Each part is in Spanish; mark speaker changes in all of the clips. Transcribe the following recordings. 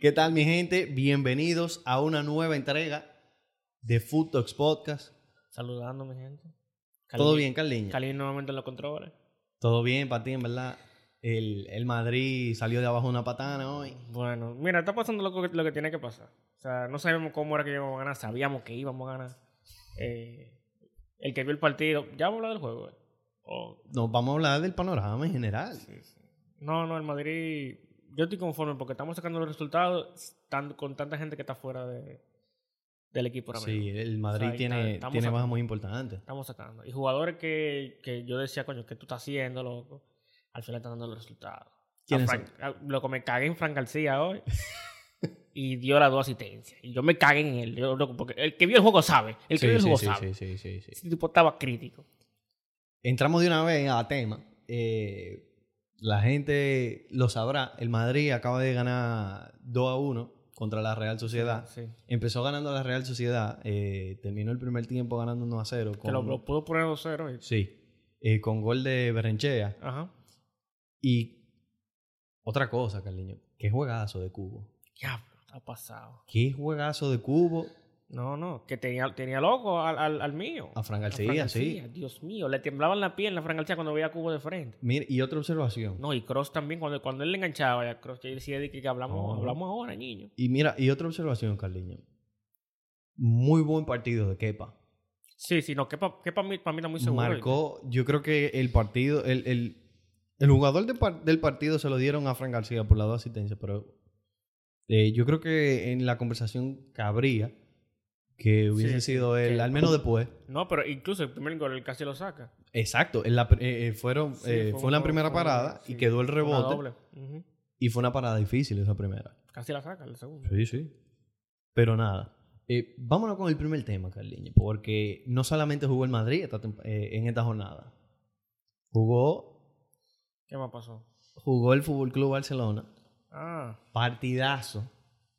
Speaker 1: ¿Qué tal, mi gente? Bienvenidos a una nueva entrega de Food Talks Podcast.
Speaker 2: Saludando, mi gente.
Speaker 1: ¿Todo bien, Carliña?
Speaker 2: Cali nuevamente en los controles.
Speaker 1: Todo bien, para ti, en verdad. El, el Madrid salió de abajo una patana hoy.
Speaker 2: Bueno, mira, está pasando lo que, lo que tiene que pasar. O sea, no sabemos cómo era que íbamos a ganar, sabíamos que íbamos a ganar. Eh, el que vio el partido, ya vamos a hablar del juego. eh. O-
Speaker 1: Nos vamos a hablar del panorama en general.
Speaker 2: no, no, el Madrid, yo estoy conforme porque estamos sacando los resultados tan- con tanta gente que está fuera de, del equipo ahora mismo.
Speaker 1: Sí, el Madrid
Speaker 2: O sea,
Speaker 1: tiene,
Speaker 2: estamos
Speaker 1: tiene
Speaker 2: a-
Speaker 1: bajas muy importantes.
Speaker 2: Estamos sacando. Y jugadores que, que yo decía, coño, ¿qué tú estás haciendo, loco? Al final están dando los resultados.
Speaker 1: ¿Quiénes
Speaker 2: A Fran- a- loco, me cagué en Fran García hoy. y dio las dos asistencias. Y yo me cagué en él. yo, loco, porque el que vio el juego sabe. El que
Speaker 1: Sí,
Speaker 2: vio el
Speaker 1: sí,
Speaker 2: juego
Speaker 1: sí,
Speaker 2: sabe.
Speaker 1: sí, sí, sí, sí.
Speaker 2: Ese tipo estaba crítico.
Speaker 1: Entramos de una vez a tema. Eh, la gente lo sabrá. El Madrid acaba de ganar 2 a 1 contra la Real Sociedad.
Speaker 2: Sí.
Speaker 1: Empezó ganando la Real Sociedad. eh, terminó el primer tiempo ganando 1 a 0.
Speaker 2: Que lo, lo pudo poner 2-0. y-
Speaker 1: Sí. eh, con gol de Berrenchea.
Speaker 2: Ajá.
Speaker 1: Y otra cosa, Carliño. Qué juegazo de Cubo.
Speaker 2: Diablo, está pasado.
Speaker 1: Qué juegazo de Cubo.
Speaker 2: No, no, que tenía, tenía loco al, al, al mío.
Speaker 1: A Fran García, sí.
Speaker 2: Dios mío, le temblaban la pierna a Fran García cuando veía a Cubo de frente.
Speaker 1: Mira, y otra observación.
Speaker 2: No, y Cross también, cuando, cuando él le enganchaba a Cross, yo decía de que, que hablamos,
Speaker 1: No.
Speaker 2: hablamos ahora, niño.
Speaker 1: Y mira, y otra observación, Carliño. Muy buen partido de Kepa.
Speaker 2: Sí, sí, no, que para mí, pa' mí está muy seguro.
Speaker 1: Marcó, yo creo que el partido, el, el, el jugador de par- del partido se lo dieron a Fran García por las dos asistencias, pero eh, yo creo que en la conversación cabría que hubiese
Speaker 2: Sí, sí,
Speaker 1: sido él,
Speaker 2: que-
Speaker 1: al menos después.
Speaker 2: No, pero incluso el primer gol él casi lo saca.
Speaker 1: Exacto, en la pr- eh, eh, fueron,
Speaker 2: Sí,
Speaker 1: eh,
Speaker 2: un
Speaker 1: fue en la
Speaker 2: gol,
Speaker 1: primera
Speaker 2: fue un gol,
Speaker 1: parada
Speaker 2: sí,
Speaker 1: y quedó el
Speaker 2: una
Speaker 1: rebote
Speaker 2: doble. Ujú.
Speaker 1: y fue una parada difícil esa primera.
Speaker 2: Casi la saca el segundo.
Speaker 1: Sí, sí. Pero nada. Eh, vámonos con el primer tema, Carliño, porque no solamente jugó el Madrid esta temp- eh, en esta jornada. Jugó
Speaker 2: ¿Qué más pasó?
Speaker 1: jugó el Fútbol Club Barcelona.
Speaker 2: Ah,
Speaker 1: Partidazo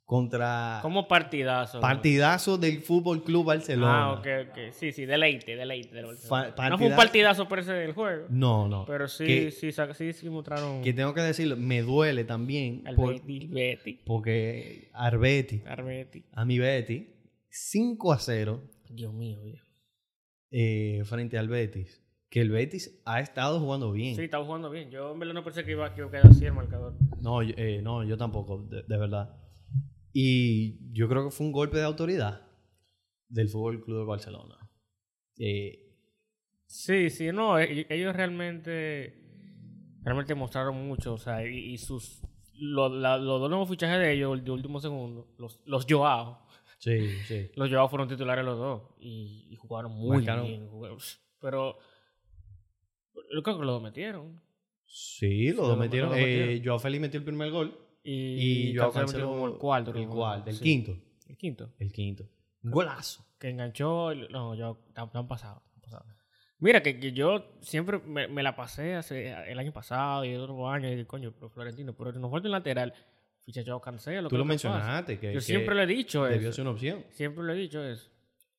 Speaker 1: contra.
Speaker 2: como partidazo.
Speaker 1: Partidazo del Fútbol Club Barcelona.
Speaker 2: Ah, ok, ok. Sí, sí, deleite, deleite. del Barcelona.
Speaker 1: Fa-
Speaker 2: No fue un
Speaker 1: partidazo-
Speaker 2: partidazo por ese del juego.
Speaker 1: No, no.
Speaker 2: Pero sí,
Speaker 1: Que,
Speaker 2: sí, saca- sí, sí mostraron
Speaker 1: que tengo que decirlo, me duele también
Speaker 2: al
Speaker 1: por-
Speaker 2: Betis, Betis,
Speaker 1: porque Arbeti,
Speaker 2: al Betis.
Speaker 1: a mi Betis, 5 a 0
Speaker 2: Dios mío, viejo.
Speaker 1: eh, frente al Betis. Que el Betis ha estado jugando bien.
Speaker 2: Sí, estaba jugando bien. Yo en verdad no pensé que iba, que iba a quedar así el marcador.
Speaker 1: No, yo- eh, no, yo tampoco, de, de verdad. Y yo creo que fue un golpe de autoridad del Fútbol Club de Barcelona. Eh,
Speaker 2: Sí, sí, no, e- ellos realmente realmente mostraron mucho, o sea, y, y sus lo- la- los dos nuevos fichajes de ellos de último segundo, los, los Joao,
Speaker 1: sí, sí.
Speaker 2: los Joao fueron titulares los dos y, y jugaron muy
Speaker 1: Marcaron.
Speaker 2: bien, jugaron- pero yo creo que los dos metieron
Speaker 1: Sí, los
Speaker 2: Sí,
Speaker 1: dos
Speaker 2: los
Speaker 1: metieron.
Speaker 2: dos metieron.
Speaker 1: Eh, Joao Félix metió el primer gol
Speaker 2: y,
Speaker 1: y, Joao
Speaker 2: Cancelo
Speaker 1: Cancelo
Speaker 2: metió como el cuarto,
Speaker 1: El
Speaker 2: creo,
Speaker 1: cuarto, el
Speaker 2: sí,
Speaker 1: quinto.
Speaker 2: el quinto,
Speaker 1: El quinto. Un golazo.
Speaker 2: que enganchó, y- no, yo han, pasado, han pasado. Mira, que, que yo siempre me, me la pasé hace, el año pasado y el otro año, y dije, coño, pero Florentino, pero nos falta un lateral, ficha yo Cancelo.
Speaker 1: Tú
Speaker 2: ¿qué
Speaker 1: lo
Speaker 2: te pasa?
Speaker 1: mencionaste. Que,
Speaker 2: Yo siempre lo he dicho
Speaker 1: debió
Speaker 2: eso.
Speaker 1: ser una opción.
Speaker 2: Siempre lo he dicho eso.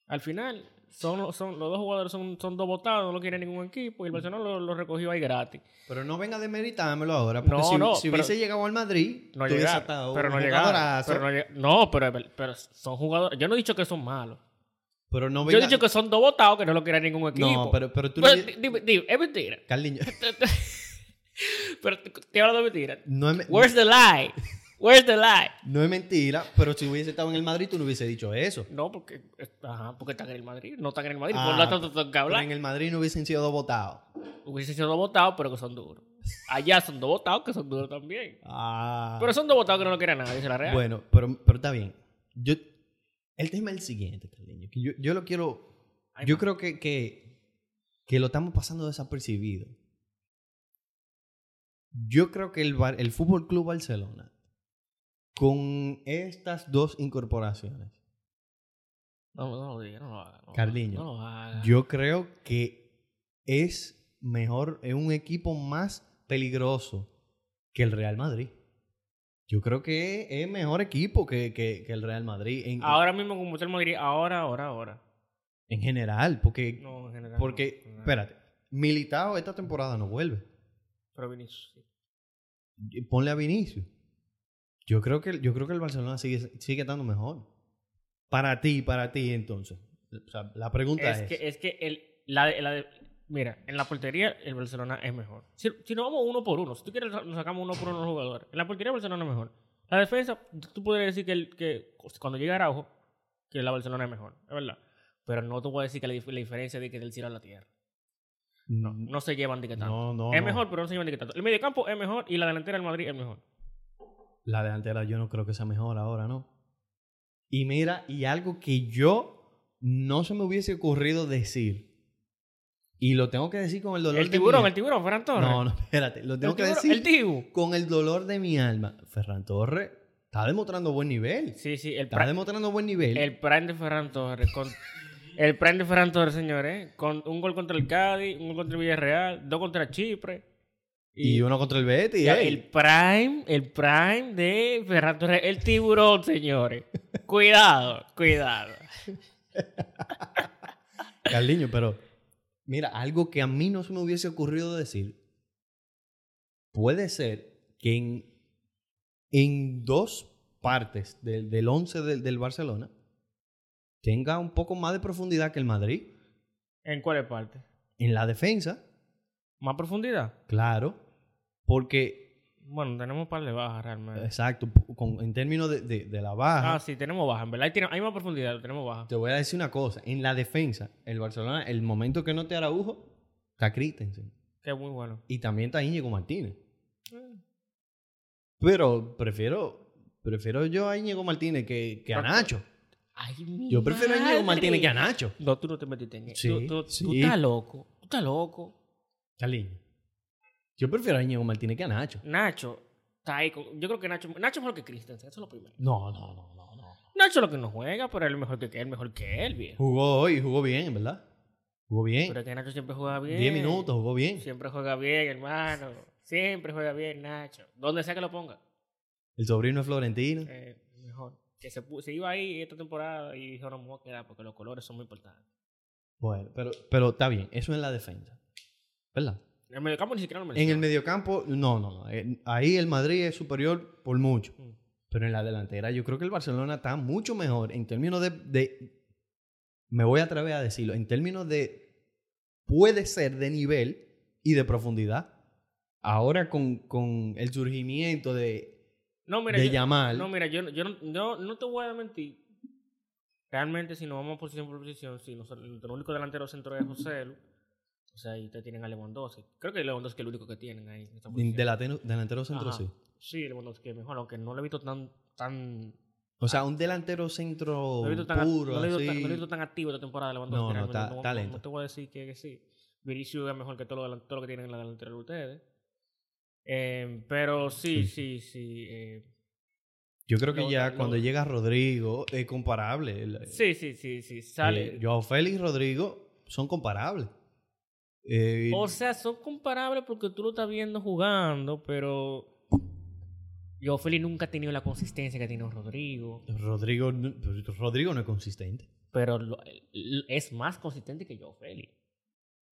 Speaker 2: Al final, son, los- son, los dos jugadores son, son dos votados, no quieren ningún equipo,
Speaker 1: Mm.
Speaker 2: y el Barcelona lo, lo recogió ahí gratis.
Speaker 1: Pero no venga a demeritármelo ahora. Porque si,
Speaker 2: no,
Speaker 1: si
Speaker 2: pero-
Speaker 1: hubiese llegado al Madrid,
Speaker 2: No
Speaker 1: tú hubiese
Speaker 2: llegaron,
Speaker 1: atado
Speaker 2: pero no
Speaker 1: un
Speaker 2: llegaron.
Speaker 1: jugadorazo,
Speaker 2: Pero no, lleg- no, pero, pero son jugadores. Yo no he dicho que son malos.
Speaker 1: pero no
Speaker 2: Yo he
Speaker 1: venga.
Speaker 2: dicho que son dos votados que no lo quieren ningún equipo.
Speaker 1: Pues
Speaker 2: Pues,
Speaker 1: no, pero, pero tú.
Speaker 2: Pero
Speaker 1: no,
Speaker 2: di- dime- dime, es mentira.
Speaker 1: Carliño,
Speaker 2: Pero te- te hablo de mentira.
Speaker 1: no es, me-
Speaker 2: Where's the lie? Where's the lie?
Speaker 1: no es mentira, pero si hubiese estado en el Madrid, tú no hubiese dicho eso.
Speaker 2: No, porque, eh, ajá, porque están en el Madrid. No están en el Madrid.
Speaker 1: Ah,
Speaker 2: por lo tanto, tengo que
Speaker 1: Pero
Speaker 2: hablar.
Speaker 1: en el Madrid no hubiesen sido dos votados.
Speaker 2: Hubiesen sido dos votados, pero que son duros. Allá son dos votados que son duros también.
Speaker 1: Ah.
Speaker 2: Pero son dos votados que no lo quieren nadie, dice la real.
Speaker 1: Bueno, pero, pero está bien. Yo, el tema es el siguiente, Carliño, que yo, yo lo quiero.
Speaker 2: Ay,
Speaker 1: yo
Speaker 2: ma-
Speaker 1: creo que, que, que lo estamos pasando desapercibido. Yo creo que el, Bar- el Fútbol Club Barcelona, con estas dos incorporaciones,
Speaker 2: No, no, lo diga, no lo haga. no lo haga,
Speaker 1: Carliño,
Speaker 2: No lo haga.
Speaker 1: yo creo que es mejor, es un equipo más peligroso que el Real Madrid. Yo creo que es mejor equipo que, que- que el Real Madrid en,
Speaker 2: Ahora mismo, como usted me diría, ahora, ahora, ahora.
Speaker 1: en general, porque
Speaker 2: No, en general.
Speaker 1: Porque,
Speaker 2: no, no.
Speaker 1: espérate, Militao esta temporada no vuelve.
Speaker 2: Pero Vinicius, sí.
Speaker 1: Ponle a Vinicius. Yo creo que, yo creo que el Barcelona sigue, sigue estando mejor. Para ti, para ti, entonces. O sea, la pregunta
Speaker 2: Es
Speaker 1: es.
Speaker 2: que, es que el, la, de- la de- mira, en la portería el Barcelona es mejor. Si, si nos vamos uno por uno, si tú quieres nos sacamos uno por uno los jugadores. En la portería el Barcelona es mejor. La defensa, tú podrías decir que, el, que cuando llega Araujo, que la Barcelona es mejor, es verdad. Pero no te voy a decir que la, dif- la diferencia de que del cielo a la tierra.
Speaker 1: no,
Speaker 2: No se llevan de que tanto.
Speaker 1: no, no.
Speaker 2: es
Speaker 1: no.
Speaker 2: mejor, pero no se llevan de que tanto. El mediocampo es mejor y la delantera del Madrid es mejor.
Speaker 1: La delantera yo no creo que sea mejor ahora, ¿no? Y mira, y algo que yo no se me hubiese ocurrido decir. Y lo tengo que decir con el dolor
Speaker 2: El
Speaker 1: de
Speaker 2: tiburón,
Speaker 1: mi
Speaker 2: el tiburón, Ferran Torres.
Speaker 1: No, no, espérate. Lo tengo
Speaker 2: el
Speaker 1: que
Speaker 2: tiburón,
Speaker 1: decir
Speaker 2: el tibu.
Speaker 1: con el dolor de mi alma. Ferran Torres está demostrando buen nivel.
Speaker 2: Sí, sí, el,
Speaker 1: Está
Speaker 2: pra-
Speaker 1: demostrando buen nivel.
Speaker 2: El prime de Ferran Torres. Con, el prime de Ferran Torres, señores. Con un gol contra el Cádiz, un gol contra el Villarreal, dos contra Chipre.
Speaker 1: y uno contra el Betis.
Speaker 2: ya,
Speaker 1: ey.
Speaker 2: el prime, el prime de Ferran Torres. El tiburón, señores. Cuidado, cuidado.
Speaker 1: Carliño, pero mira, algo que a mí no se me hubiese ocurrido decir, puede ser que en, en dos partes del, del 11 del, del Barcelona tenga un poco más de profundidad que el Madrid.
Speaker 2: ¿En cuál es parte?
Speaker 1: En la defensa,
Speaker 2: ¿Más profundidad?
Speaker 1: claro, porque,
Speaker 2: Bueno, tenemos un par de bajas realmente.
Speaker 1: exacto, con- en términos de, de- de la baja,
Speaker 2: Ah, sí, tenemos bajas, en verdad. Ahí tiene- Hay más profundidad, tenemos bajas.
Speaker 1: te voy a decir una cosa, en la defensa, el Barcelona, el momento que no te Araujo, está Christensen.
Speaker 2: Que es muy bueno.
Speaker 1: Y también está Íñigo Martínez. Pero prefiero, prefiero yo a Íñigo Martínez que, que a
Speaker 2: Pero-
Speaker 1: Nacho.
Speaker 2: Ay, mi
Speaker 1: Yo prefiero a Íñigo
Speaker 2: madre.
Speaker 1: Martínez que a Nacho.
Speaker 2: No, tú no te metiste en eso.
Speaker 1: Sí,
Speaker 2: tú, tú-
Speaker 1: sí.
Speaker 2: tú estás loco. Tú estás loco.
Speaker 1: Carliño. Yo prefiero a Íñigo Martínez que a Nacho.
Speaker 2: Nacho está ahí. con- yo creo que Nacho. Nacho es mejor que Christensen. Eso es lo primero.
Speaker 1: No, no, no, no, no.
Speaker 2: Nacho es lo que no juega, pero él es mejor que él, mejor que él, viejo.
Speaker 1: Jugó hoy, jugó bien, ¿verdad? Jugó bien.
Speaker 2: Pero es que Nacho siempre juega bien.
Speaker 1: 10 minutos, jugó bien.
Speaker 2: Siempre juega bien, hermano. Siempre juega bien, Nacho. Donde sea que lo ponga.
Speaker 1: El sobrino es Florentino.
Speaker 2: eh, mejor. Que se, pu- se iba ahí esta temporada y dijo, no me voy a quedar porque los colores son muy importantes.
Speaker 1: Bueno, pero, pero está bien. Eso es en la defensa. ¿Verdad?
Speaker 2: En el mediocampo ni siquiera lo
Speaker 1: En
Speaker 2: menciona.
Speaker 1: el mediocampo, no, no, no. Eh, Ahí el Madrid es superior por mucho.
Speaker 2: Mm.
Speaker 1: Pero en la delantera, yo creo que el Barcelona está mucho mejor en términos de. de- me voy a atrever a decirlo. En términos de. Puede ser de nivel y de profundidad. Ahora con, con el surgimiento de,
Speaker 2: No, mira,
Speaker 1: de
Speaker 2: yo-
Speaker 1: Yamal.
Speaker 2: No, mira, yo, no- yo, no, yo no te voy a mentir. Realmente, si nos vamos posición por posición, si nos- nuestro único delantero centro es José Lu, o sea, ahí te tienen a Lewandowski. Creo que Lewandowski es el único que tienen ahí. En esta
Speaker 1: de-
Speaker 2: posición.
Speaker 1: delantero, delantero centro,
Speaker 2: Ajá.
Speaker 1: sí.
Speaker 2: Sí, Lewandowski es mejor, aunque no lo he visto tan. tan
Speaker 1: O sea, un delantero centro
Speaker 2: no lo he visto tan, act-
Speaker 1: puro.
Speaker 2: no lo he visto tan-
Speaker 1: así.
Speaker 2: no lo he visto tan activo esta temporada de Lewandowski.
Speaker 1: No, no,
Speaker 2: realmente.
Speaker 1: está-
Speaker 2: voy-
Speaker 1: está lento.
Speaker 2: No te voy a decir que, que sí. Vinicius es mejor que todo lo, delan- todo lo que tienen en la delantera de ustedes. Eh, pero sí, sí, sí. eh,
Speaker 1: yo creo que
Speaker 2: lo-
Speaker 1: ya
Speaker 2: lo-
Speaker 1: cuando llega Rodrigo, es comparable. El-
Speaker 2: sí, sí, sí, sí. Sale.
Speaker 1: Eh, Joao Félix y Rodrigo son comparables. Eh,
Speaker 2: O sea, son comparables porque tú lo estás viendo jugando, pero yo Félix nunca ha tenido la consistencia que tiene Rodrigo,
Speaker 1: Rodrigo, no- Rodrigo no es consistente.
Speaker 2: pero lo- l- es más consistente que yo Félix.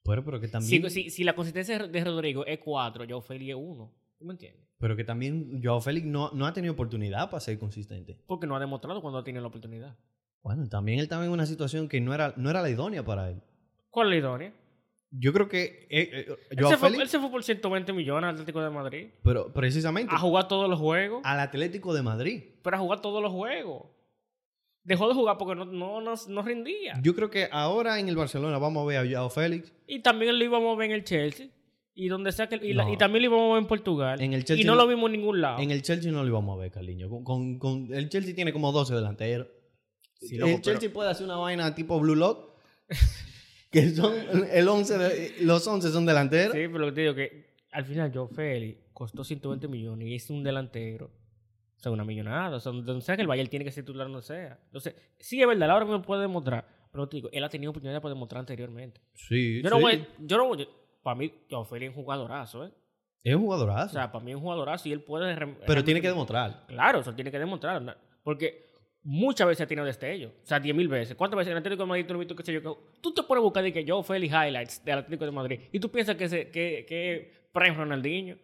Speaker 1: Pero, pero que
Speaker 2: Si,
Speaker 1: también,
Speaker 2: si- si la consistencia de Rodrigo es 4, yo Félix es 1. ¿Tú me entiendes?
Speaker 1: pero que también Joao Félix no, no ha tenido oportunidad para ser consistente.
Speaker 2: Porque no ha demostrado cuando ha tenido la oportunidad.
Speaker 1: Bueno, también él estaba en una situación que no era, no era la idónea para él.
Speaker 2: ¿Cuál es la idónea?
Speaker 1: Yo creo que eh, eh,
Speaker 2: Él
Speaker 1: Joao
Speaker 2: se, fue,
Speaker 1: Félix,
Speaker 2: él se fue por 120 millones al Atlético de Madrid.
Speaker 1: pero precisamente
Speaker 2: A jugar todos los juegos.
Speaker 1: al Atlético de Madrid.
Speaker 2: Pero a jugar todos los juegos. Dejó de jugar porque no, no, no, no rindía.
Speaker 1: Yo creo que ahora en el Barcelona vamos a ver a Joao Félix.
Speaker 2: Y también lo íbamos a ver en el Chelsea. Y donde sea que- y, la-
Speaker 1: No.
Speaker 2: y también lo íbamos a ver en Portugal.
Speaker 1: En el Chelsea
Speaker 2: y no
Speaker 1: no-
Speaker 2: lo vimos en ningún lado.
Speaker 1: En el Chelsea no lo íbamos a ver, Carliño. Con, con- con- el Chelsea tiene como 12 delanteros.
Speaker 2: Sí,
Speaker 1: el
Speaker 2: loco, pero-
Speaker 1: Chelsea puede hacer una vaina tipo Blue Lock. que son el 11 de- los 11 son
Speaker 2: Sí,
Speaker 1: delanteros.
Speaker 2: pero lo que te digo que al final Joe Félix costó 120 millones y es un delantero. O sea, una millonada. O sea, donde sea que el Bayern tiene que ser titular, no sea. Entonces, sí es verdad, ahora me puede demostrar. Pero te digo, él ha tenido oportunidad para demostrar anteriormente.
Speaker 1: Sí,
Speaker 2: Yo no
Speaker 1: sí.
Speaker 2: voy. Yo no voy. Para mí, Joe Félix es un jugadorazo, ¿eh?
Speaker 1: Es un
Speaker 2: O
Speaker 1: jugadorazo.
Speaker 2: sea, para mí es un jugadorazo y él puede. re-
Speaker 1: pero tiene que
Speaker 2: realmente-
Speaker 1: demostrar.
Speaker 2: Claro, eso tiene que demostrar. ¿no? Porque muchas veces ha tenido destello. O sea, 10.000 veces. ¿Cuántas veces en el Atlético de Madrid tú lo has visto, qué sé yo? que- Tú te pones a buscar de que yo, Félix Highlights del Atlético de Madrid. Y tú piensas que es que, que es Prime Ronaldinho.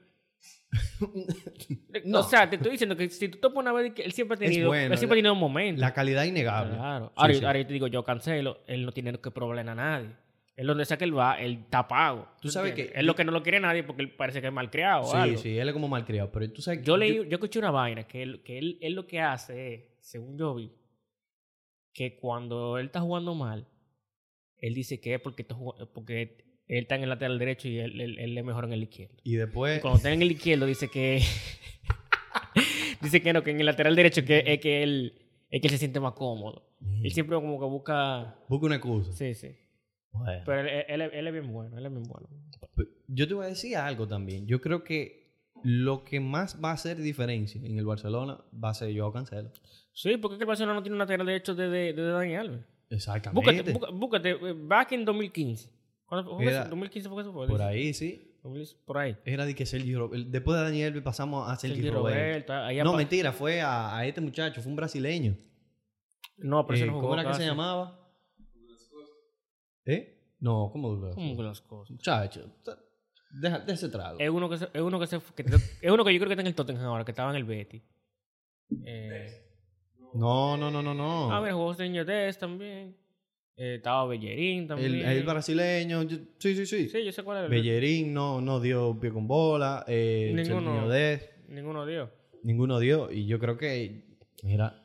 Speaker 1: No.
Speaker 2: O sea, te estoy diciendo que si tú te pones a ver que él siempre ha tenido,
Speaker 1: bueno,
Speaker 2: él siempre ha tenido un momento.
Speaker 1: La calidad innegable.
Speaker 2: Claro.
Speaker 1: Sí,
Speaker 2: ahora,
Speaker 1: sí.
Speaker 2: ahora yo te digo, yo cancelo, él no tiene que problema a nadie. Él donde sea que él va, él está pago.
Speaker 1: Tú sabes
Speaker 2: entiendes?
Speaker 1: que-
Speaker 2: Él lo que no lo quiere nadie porque él parece que es malcriado. o
Speaker 1: Sí,
Speaker 2: algo.
Speaker 1: sí, él es como malcriado. Pero tú sabes que
Speaker 2: Yo leí, yo escuché una vaina que él, que él, él lo que hace es, según yo vi, que cuando él está jugando mal, él dice que es porque, está jug- porque él está en el lateral derecho y él, él, él es mejor en el izquierdo.
Speaker 1: Y después.
Speaker 2: Cuando está en el izquierdo dice que dice que no, que en el lateral derecho que, es que él es que él se siente más cómodo. Él siempre como que busca.
Speaker 1: Mm, Busca una excusa.
Speaker 2: Sí, sí.
Speaker 1: Bueno.
Speaker 2: Pero él, él- él es bien bueno, él es bien bueno.
Speaker 1: Yo te voy a decir algo también. Yo creo que lo que más va a hacer diferencia en el Barcelona va a ser Joao Cancelo.
Speaker 2: Sí, porque es que el Barcelona no tiene un lateral derecho desde desde Dani Alves.
Speaker 1: Exactamente.
Speaker 2: Búscate, busca- búscate, eh, back in 2015. ¿Cuándo fue
Speaker 1: Era-
Speaker 2: eso? 2015 fue que se fue.
Speaker 1: Por
Speaker 2: dice.
Speaker 1: ahí, sí.
Speaker 2: 2015, Por ahí.
Speaker 1: Era de que Sergio Ro- el- Después de Daniel Alves pasamos a Sergio,
Speaker 2: Sergi
Speaker 1: Roberto.
Speaker 2: Roberto, ah, ahí
Speaker 1: No,
Speaker 2: apa-
Speaker 1: mentira, fue a, a este muchacho, fue un brasileño.
Speaker 2: no, pero ese
Speaker 1: Eh,
Speaker 2: no jugó.
Speaker 1: ¿Cómo era que
Speaker 2: casi.
Speaker 1: se llamaba? ¿Eh? No, ¿cómo Douglas
Speaker 2: ¿Cómo que
Speaker 1: Costa?
Speaker 2: las cosas?
Speaker 1: Muchacho, ta- deja, de ese trago.
Speaker 2: Es uno que se, es uno que se que te- es uno que yo creo que está en el Tottenham ahora, que estaba en el Betty. Eh,
Speaker 1: No, no, no, no, no.
Speaker 2: ah, mira, jugó Señor Dez también. Eh, estaba Bellerín también.
Speaker 1: el, el brasileño, yo- sí, sí, sí.
Speaker 2: Sí, yo sé cuál era. el
Speaker 1: Bellerín no, no dio pie con bola. Eh,
Speaker 2: Ninguno.
Speaker 1: Serginho Dest,
Speaker 2: Betis. Ninguno dio.
Speaker 1: ninguno dio. Y yo creo que, mira,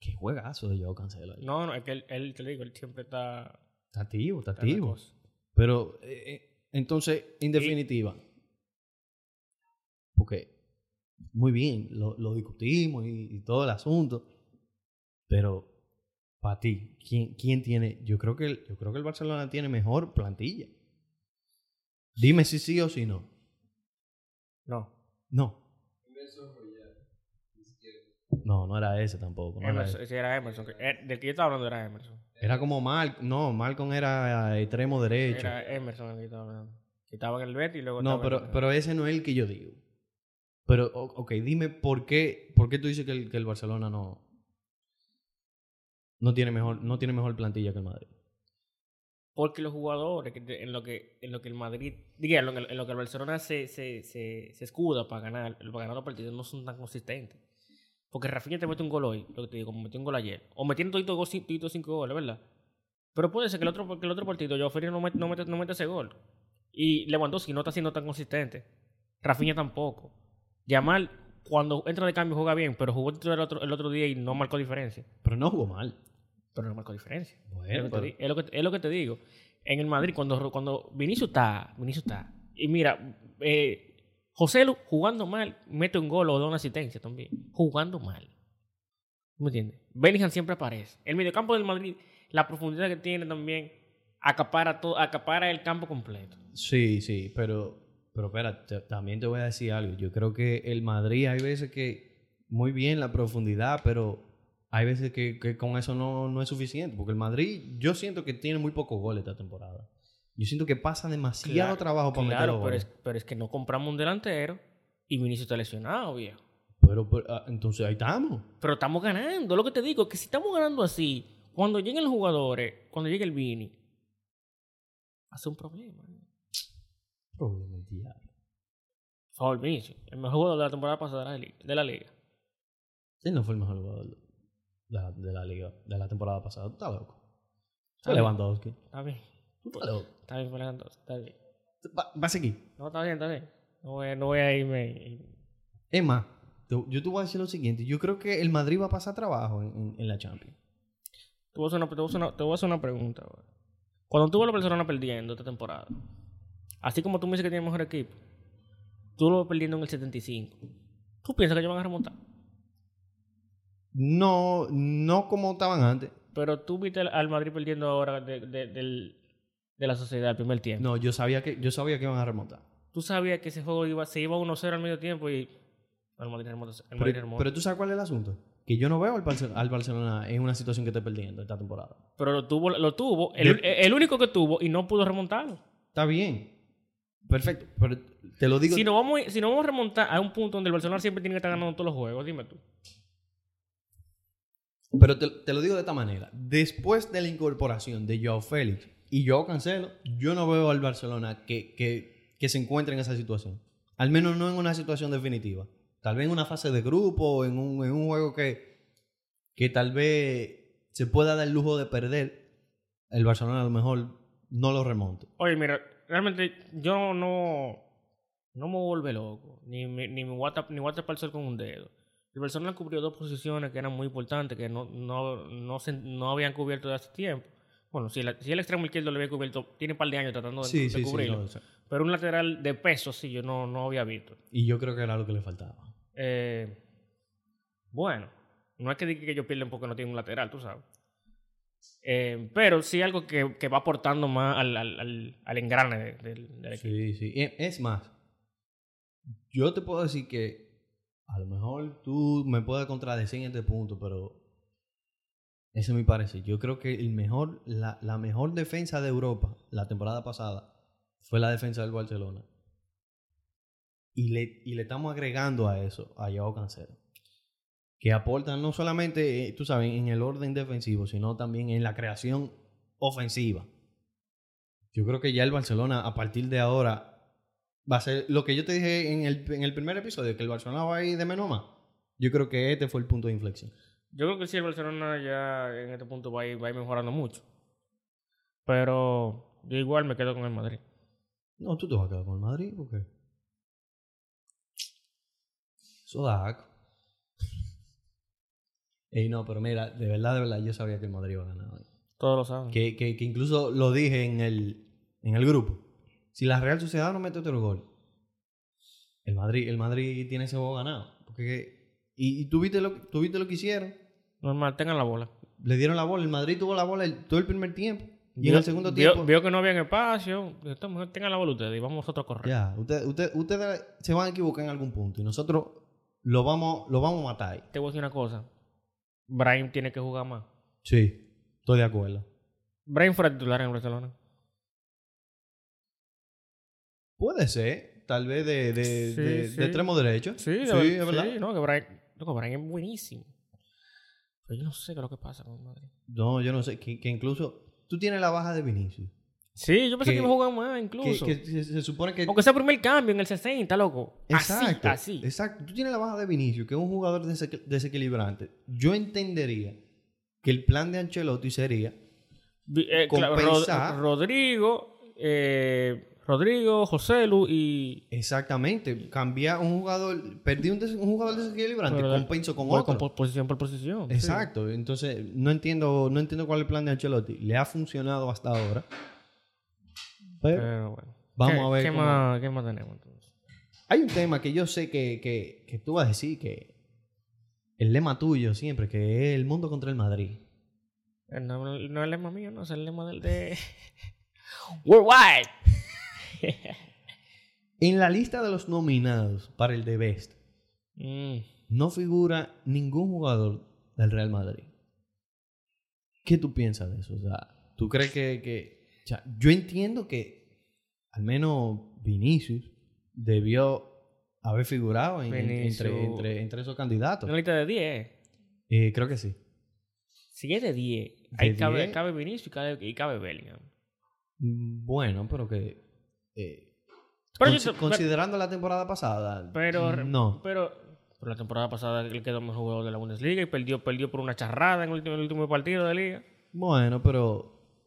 Speaker 1: qué juegazo de Joao Cancelo.
Speaker 2: No, no, es que él, él, te digo, él siempre está.
Speaker 1: Está activo, está
Speaker 2: está en la
Speaker 1: activo.
Speaker 2: cosa.
Speaker 1: Pero, eh, eh, entonces, en definitiva, porque muy bien, lo, lo discutimos y, y todo el asunto, pero para ti, ¿quién, quién tiene? Yo creo, que el, yo creo que el Barcelona tiene mejor plantilla. Dime si sí o si no.
Speaker 2: No.
Speaker 1: No. No, no era ese tampoco. no era ese.
Speaker 2: Emerson, sí, era Emerson. que- eh, del que yo estaba hablando era Emerson.
Speaker 1: Era como Mal, no, Malcolm era eh, extremo derecho.
Speaker 2: Era Emerson el que estaba hablando. Que estaba en el Betty y luego.
Speaker 1: No,
Speaker 2: estaba en
Speaker 1: pero,
Speaker 2: el-
Speaker 1: pero ese no es el que yo digo. Pero, o- ok, dime por qué, por qué tú dices que el, que el Barcelona no, no, tiene mejor, no tiene mejor plantilla que el Madrid.
Speaker 2: Porque los jugadores, que te- en, lo que, en lo que el Madrid, diga, en lo que, en lo que el Barcelona se, se, se, se escuda para ganar, para ganar los partidos, no son tan consistentes. Porque Rafinha te mete un gol hoy, lo que te digo, como metió un gol ayer. O metiendo todito, gol, todito cinco goles, ¿verdad? Pero puede ser que el otro, que el otro partido, Joao Ferreira no mete, no, mete, no mete ese gol. Y Lewandowski no está siendo tan consistente. Rafinha tampoco. Yamal, cuando entra de cambio, juega bien, pero jugó el otro, el otro día y no marcó diferencia.
Speaker 1: Pero no jugó mal.
Speaker 2: Pero no marcó diferencia. Es
Speaker 1: Bueno,
Speaker 2: lo, que te
Speaker 1: pero,
Speaker 2: di- es, lo que, es lo que te digo. En el Madrid, cuando, cuando Vinicius está, Vinicius está. Y mira, eh, José Lu, jugando mal, mete un gol o da una asistencia también. Jugando mal. ¿Tú ¿Me entiendes? Bellingham siempre aparece. El mediocampo del Madrid, la profundidad que tiene también, acapara, todo, acapara el campo completo.
Speaker 1: sí, sí, pero, pero espera, te- también te voy a decir algo. Yo creo que el Madrid hay veces que, muy bien la profundidad, pero hay veces que, que con eso no, no es suficiente. Porque el Madrid, yo siento que tiene muy pocos goles esta temporada. Yo siento que pasa demasiado
Speaker 2: Claro,
Speaker 1: trabajo para meter los
Speaker 2: Claro, pero
Speaker 1: goles.
Speaker 2: es, pero es que no compramos un delantero y Vinicius está lesionado, viejo.
Speaker 1: Pero, pero, ah, entonces ahí estamos.
Speaker 2: Pero estamos ganando. Lo que te digo es que si estamos ganando así, cuando lleguen los jugadores, cuando llegue el Vini, hace un problema.
Speaker 1: Problema el diablo.
Speaker 2: Favor, Vinicius, el mejor jugador de la temporada pasada de la li- de la liga.
Speaker 1: Él no fue el mejor jugador de la, de la liga de la temporada pasada. Tú estás loco. Tú
Speaker 2: Está bien.
Speaker 1: Lewandowski.
Speaker 2: Está bien,
Speaker 1: Tú estás loco.
Speaker 2: está bien, Fernando, está bien.
Speaker 1: Tú- Va, va a seguir.
Speaker 2: No, está bien, está bien. No voy, a- no voy a irme. y-
Speaker 1: Es más, te- yo te voy a decir lo siguiente. Yo creo que el Madrid va a pasar trabajo en, en- en la Champions.
Speaker 2: Te voy a hacer una, te voy a hacer una- te voy a hacer una pregunta. ahora. Cuando tú ves a la Barcelona perdiendo esta temporada, así como tú me dices que tiene mejor equipo, tú lo ves perdiendo en el 75. ¿Tú piensas que ellos van a remontar?
Speaker 1: No, no como estaban antes.
Speaker 2: Pero tú viste al- al Madrid perdiendo ahora de, de- del- de la sociedad al primer tiempo.
Speaker 1: No, yo sabía que, yo sabía que iban a remontar.
Speaker 2: Tú sabías que ese juego iba, se iba 1-0 al medio tiempo y. El Madrid remonta. El Madrid
Speaker 1: Pero,
Speaker 2: remonta.
Speaker 1: pero tú sabes cuál es el asunto. Que yo no veo al, Barce- al Barcelona en una situación que esté perdiendo esta temporada.
Speaker 2: Pero lo tuvo. Lo tuvo el, el único que tuvo y no pudo remontarlo.
Speaker 1: Está bien. Perfecto. Pero te lo digo.
Speaker 2: Si nos vamos, si nos vamos a remontar a un punto donde el Barcelona siempre tiene que estar ganando todos los juegos, dime tú.
Speaker 1: Pero te, te lo digo de esta manera. Después de la incorporación de Joao Félix y Joao Cancelo, yo no veo al Barcelona que, que, que se encuentre en esa situación. Al menos no en una situación definitiva. Tal vez en una fase de grupo, en un, en un juego que, que tal vez se pueda dar el lujo de perder, el Barcelona a lo mejor no lo remonte.
Speaker 2: Oye, mira, realmente yo no, no me vuelve loco, ni me, ni me voy a tap- ni voy a tapar el sol con un dedo. El Barcelona cubrió dos posiciones que eran muy importantes, que no, no, no, se- no habían cubierto desde hace tiempo. Bueno, si, la- si el extremo izquierdo lo había cubierto, tiene un par de años tratando de, de cubrirlo.
Speaker 1: no, o sea,
Speaker 2: Pero un lateral de peso, sí, yo no, no había visto.
Speaker 1: y yo creo que era lo que le faltaba.
Speaker 2: Eh, bueno, no es que diga que ellos pierden porque no tienen un lateral, tú sabes. Eh, pero sí algo que, que va aportando más al, al, al, al engrane de- del, del equipo.
Speaker 1: Sí, sí. E- Es más, yo te puedo decir que a lo mejor tú me puedes contradecir en este punto, pero ese es mi parecer. Yo creo que el mejor, la, la mejor defensa de Europa la temporada pasada fue la defensa del Barcelona. Y le, y le estamos agregando a eso a Joao Cancelo. Que aporta no solamente, eh, tú sabes, en el orden defensivo, sino también en la creación ofensiva. Yo creo que ya el Barcelona a partir de ahora va a ser lo que yo te dije en el, en el primer episodio, que el Barcelona va a ir de menos a más. Yo creo que este fue el punto de inflexión.
Speaker 2: Yo creo que sí, el Barcelona ya en este punto va a ir, va a ir mejorando mucho. Pero yo igual me quedo con el Madrid.
Speaker 1: No, tú te vas a quedar con el Madrid porque eso da asco. Ey, no, pero mira, de verdad, de verdad, yo sabía que el Madrid iba a ganar hoy.
Speaker 2: Todos lo saben.
Speaker 1: Que, que- que incluso lo dije en el, en el grupo. Si la Real Sociedad no mete otro gol, el Madrid, el Madrid tiene ese juego ganado. Porque, y y tú, viste lo, tú viste lo que hicieron.
Speaker 2: Normal, tengan la bola.
Speaker 1: Le dieron la bola. El Madrid tuvo la bola el- todo el primer tiempo. Y en
Speaker 2: Vio-
Speaker 1: el segundo
Speaker 2: vio-
Speaker 1: tiempo.
Speaker 2: Vio que no había espacio. Dijo, "Esta mujer, Tengan la bola ustedes y vamos nosotros a correr.
Speaker 1: Ya, usted- usted- ustedes se van a equivocar en algún punto. Y nosotros lo vamos, lo vamos a matar ahí.
Speaker 2: Te voy a decir una cosa. Brahim tiene que jugar más.
Speaker 1: Sí, estoy de acuerdo.
Speaker 2: Brahim fuera titular en el Barcelona.
Speaker 1: Puede ser, tal vez de, de,
Speaker 2: Sí,
Speaker 1: de-
Speaker 2: sí.
Speaker 1: de extremo derecho.
Speaker 2: Sí, de
Speaker 1: sí
Speaker 2: ver-
Speaker 1: es verdad.
Speaker 2: sí, no, que Brian, loco, Brian es buenísimo. Pero yo no sé qué es lo que pasa con Madrid.
Speaker 1: No, yo no sé, que, que incluso tú tienes la baja de Vinicius.
Speaker 2: Sí, yo pensé que,
Speaker 1: Que-
Speaker 2: iba a jugar más
Speaker 1: Que,
Speaker 2: incluso.
Speaker 1: que se, se supone que...
Speaker 2: Aunque sea primer cambio en el 60, loco.
Speaker 1: exacto,
Speaker 2: Así, así.
Speaker 1: Exacto, tú tienes la baja de Vinicius, que es un jugador desequ- desequilibrante. Yo entendería que el plan de Ancelotti sería...
Speaker 2: Vi- eh, cla-
Speaker 1: compensar.
Speaker 2: Rod- Rodrigo, eh, Rodrigo, José Lu y...
Speaker 1: Exactamente, cambiar un jugador, perdí un, des- un jugador desequilibrante,
Speaker 2: Pero-
Speaker 1: compenso con
Speaker 2: Voy
Speaker 1: otro.
Speaker 2: con po- posición por posición. sí.
Speaker 1: Exacto, entonces no entiendo, no entiendo cuál es el plan de Ancelotti. Le ha funcionado hasta ahora. Pero
Speaker 2: Pero bueno.
Speaker 1: vamos
Speaker 2: ¿Qué-
Speaker 1: a ver.
Speaker 2: ¿qué,
Speaker 1: cómo-
Speaker 2: más, ¿Qué más tenemos entonces?
Speaker 1: Hay un tema que yo sé que, que, que tú vas a decir que el lema tuyo siempre, que es el mundo contra el Madrid.
Speaker 2: Eh, No, no es el lema mío, no es el lema del de... Worldwide.
Speaker 1: En la lista de los nominados para el de Best
Speaker 2: Mm.
Speaker 1: no figura ningún jugador del Real Madrid. ¿Qué tú piensas de eso? O sea, ¿tú crees que... que- o sea, yo entiendo que al menos Vinicius debió haber figurado en- en- entre,
Speaker 2: Vinicius.
Speaker 1: entre, entre esos candidatos.
Speaker 2: Una lista de 10.
Speaker 1: Eh, creo que sí.
Speaker 2: Si es de 10,
Speaker 1: De
Speaker 2: ahí cabe,
Speaker 1: 10.
Speaker 2: cabe Vinicius y cabe, y cabe Bellingham.
Speaker 1: Mm, Bueno, pero que... eh,
Speaker 2: Pero,
Speaker 1: consi-
Speaker 2: yo te-
Speaker 1: considerando la temporada pasada...
Speaker 2: pero, pero-
Speaker 1: No.
Speaker 2: pero, pero la temporada pasada él quedó mejor jugador de la Bundesliga y perdió, perdió por una charrada en el último, el último partido de liga.
Speaker 1: Bueno, pero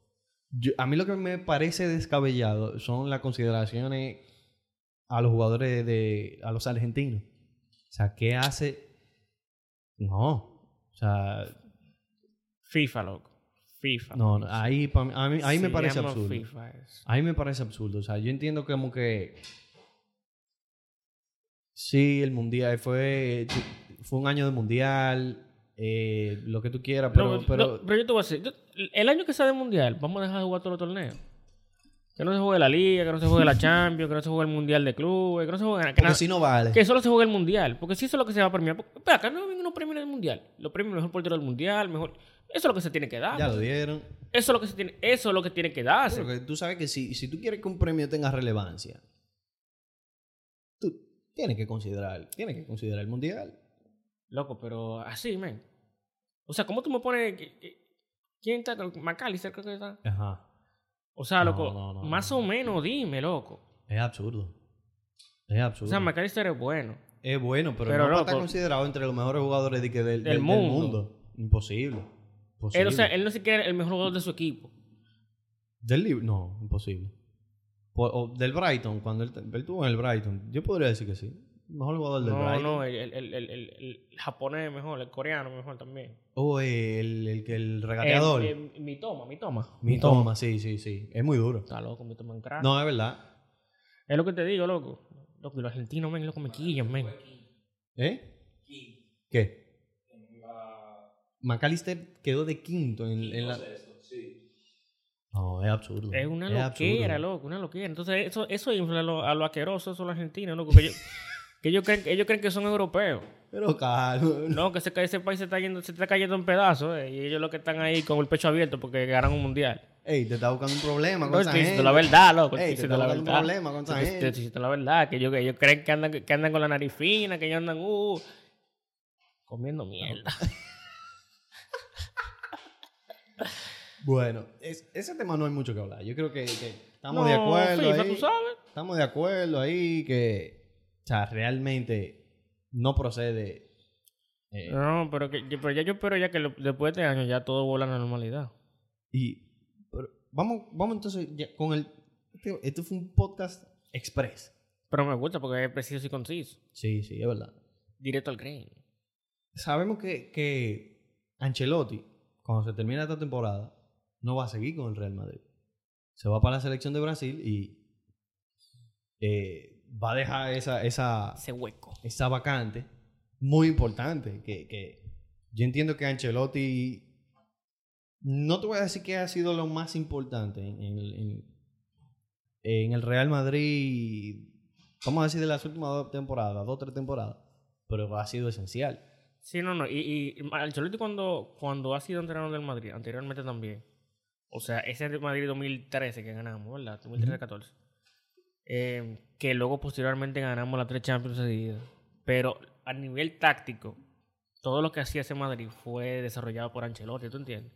Speaker 1: yo- a mí lo que me parece descabellado son las consideraciones a los jugadores de a los argentinos. O sea, ¿qué hace? No, o sea,
Speaker 2: FIFA, loco. FIFA.
Speaker 1: no, no, ahí pa mí- a mí, ahí me
Speaker 2: Se
Speaker 1: parece
Speaker 2: llama
Speaker 1: absurdo.
Speaker 2: FIFA eso.
Speaker 1: Ahí me parece absurdo. O sea, yo entiendo que como que sí, el mundial fue fue un año de mundial, eh, lo que tú quieras, pero,
Speaker 2: No,
Speaker 1: pero
Speaker 2: no, pero yo te voy a decir, yo- el año que sea de mundial, vamos a dejar de jugar todos los torneos. Que no se juegue la liga, que no se juegue la Champions, que no se juegue el mundial de clubes, que no se juegue que
Speaker 1: porque
Speaker 2: nada-
Speaker 1: si no vale.
Speaker 2: Que solo se juega el mundial. Porque si eso es lo que se va a premiar. Porque, espera, acá no ven unos premios en el mundial. Los premios mejor portero del mundial, mejor. Eso es lo que se tiene que dar.
Speaker 1: Ya lo dieron.
Speaker 2: Eso es lo que se tiene, eso es lo que tiene que darse.
Speaker 1: Porque tú sabes que si, si tú quieres que un premio tenga relevancia, tú tienes que considerar, tienes que considerar el mundial.
Speaker 2: Loco, pero así, men. O sea, ¿cómo tú me pones. que- que- ¿Quién está? Macalister creo que está.
Speaker 1: Ajá.
Speaker 2: O sea,
Speaker 1: No,
Speaker 2: loco,
Speaker 1: no, no,
Speaker 2: más
Speaker 1: no.
Speaker 2: o menos dime, loco.
Speaker 1: Es absurdo. Es
Speaker 2: O
Speaker 1: absurdo.
Speaker 2: sea, McAllister es bueno.
Speaker 1: es bueno, pero,
Speaker 2: Pero
Speaker 1: no
Speaker 2: loco.
Speaker 1: está considerado entre los mejores jugadores de que del,
Speaker 2: Del
Speaker 1: del- del
Speaker 2: mundo.
Speaker 1: mundo. Imposible. Imposible.
Speaker 2: Él, o sea, él no siquiera era el mejor jugador de su equipo.
Speaker 1: Del Liv- No, imposible. Po- o del Brighton, cuando él, él estuvo en el Brighton, yo podría decir que sí. Mejor jugador del
Speaker 2: No,
Speaker 1: Brighton.
Speaker 2: no, el, el, el, el, el- el japonés es mejor, el coreano es mejor también.
Speaker 1: O el, el, que- el regateador.
Speaker 2: Eh, eh, Mitoma, Mitoma.
Speaker 1: Mitoma, sí, sí, sí. Es muy duro.
Speaker 2: Está loco, Mitoma en crack.
Speaker 1: No, es verdad.
Speaker 2: Es lo que te digo, loco. Loco, y los argentinos, men, loco, me quillan, men.
Speaker 1: ¿Eh? ¿Qué? McAllister quedó de quinto en, en la... No, es absurdo.
Speaker 2: Es una
Speaker 1: absurdo.
Speaker 2: loquera, loco, una loquera. Entonces, eso, eso infla a lo, a lo asqueroso, eso a los argentinos, loco. Que, ellos, que ellos, creen, ellos creen que son europeos.
Speaker 1: Pero claro.
Speaker 2: No, que ese, que ese país se está, yendo, se está cayendo en pedazos. eh, y ellos los que están ahí con el pecho abierto porque ganaron un mundial.
Speaker 1: Ey, te está buscando un problema con
Speaker 2: No,
Speaker 1: esa
Speaker 2: estoy diciendo
Speaker 1: gente.
Speaker 2: la verdad, loco.
Speaker 1: Ey, te
Speaker 2: estoy diciendo
Speaker 1: está
Speaker 2: la
Speaker 1: buscando un
Speaker 2: verdad.
Speaker 1: problema con esa
Speaker 2: Estoy-
Speaker 1: gente.
Speaker 2: Estoy diciendo la verdad, que ellos, que ellos creen que andan, que andan con la nariz fina, que ellos andan, uh, comiendo mierda.
Speaker 1: Bueno, es- ese tema no hay mucho que hablar. Yo creo que, que estamos
Speaker 2: No,
Speaker 1: de acuerdo
Speaker 2: FIFA,
Speaker 1: ahí.
Speaker 2: tú sabes.
Speaker 1: Estamos de acuerdo ahí que... O sea, realmente no procede... eh,
Speaker 2: No, pero, que, yo- pero ya yo espero ya que lo- después de este año ya todo vuela a la normalidad.
Speaker 1: Y pero vamos, vamos entonces ya con el. Este, este fue un podcast express.
Speaker 2: Pero me gusta porque es preciso y conciso.
Speaker 1: Sí, sí, es verdad.
Speaker 2: Directo al grain.
Speaker 1: Sabemos que, que Ancelotti, cuando se termina esta temporada, no va a seguir con el Real Madrid. Se va para la selección de Brasil y eh, va a dejar esa, esa,
Speaker 2: Ese hueco.
Speaker 1: esa vacante muy importante. Que, que yo entiendo que Ancelotti. No te voy a decir que ha sido lo más importante en, en el- en- en el Real Madrid. Vamos a decir de las últimas dos temporadas, dos o tres temporadas. Pero ha sido esencial.
Speaker 2: Sí, no, no. Y, y Ancelotti cuando, cuando ha sido entrenador del Madrid, anteriormente también. O sea, ese de Madrid 2013 que ganamos, ¿verdad? 2013-14. Eh, que luego posteriormente ganamos las tres Champions seguidas. Pero a nivel táctico, todo lo que hacía ese Madrid fue desarrollado por Ancelotti, ¿tú entiendes?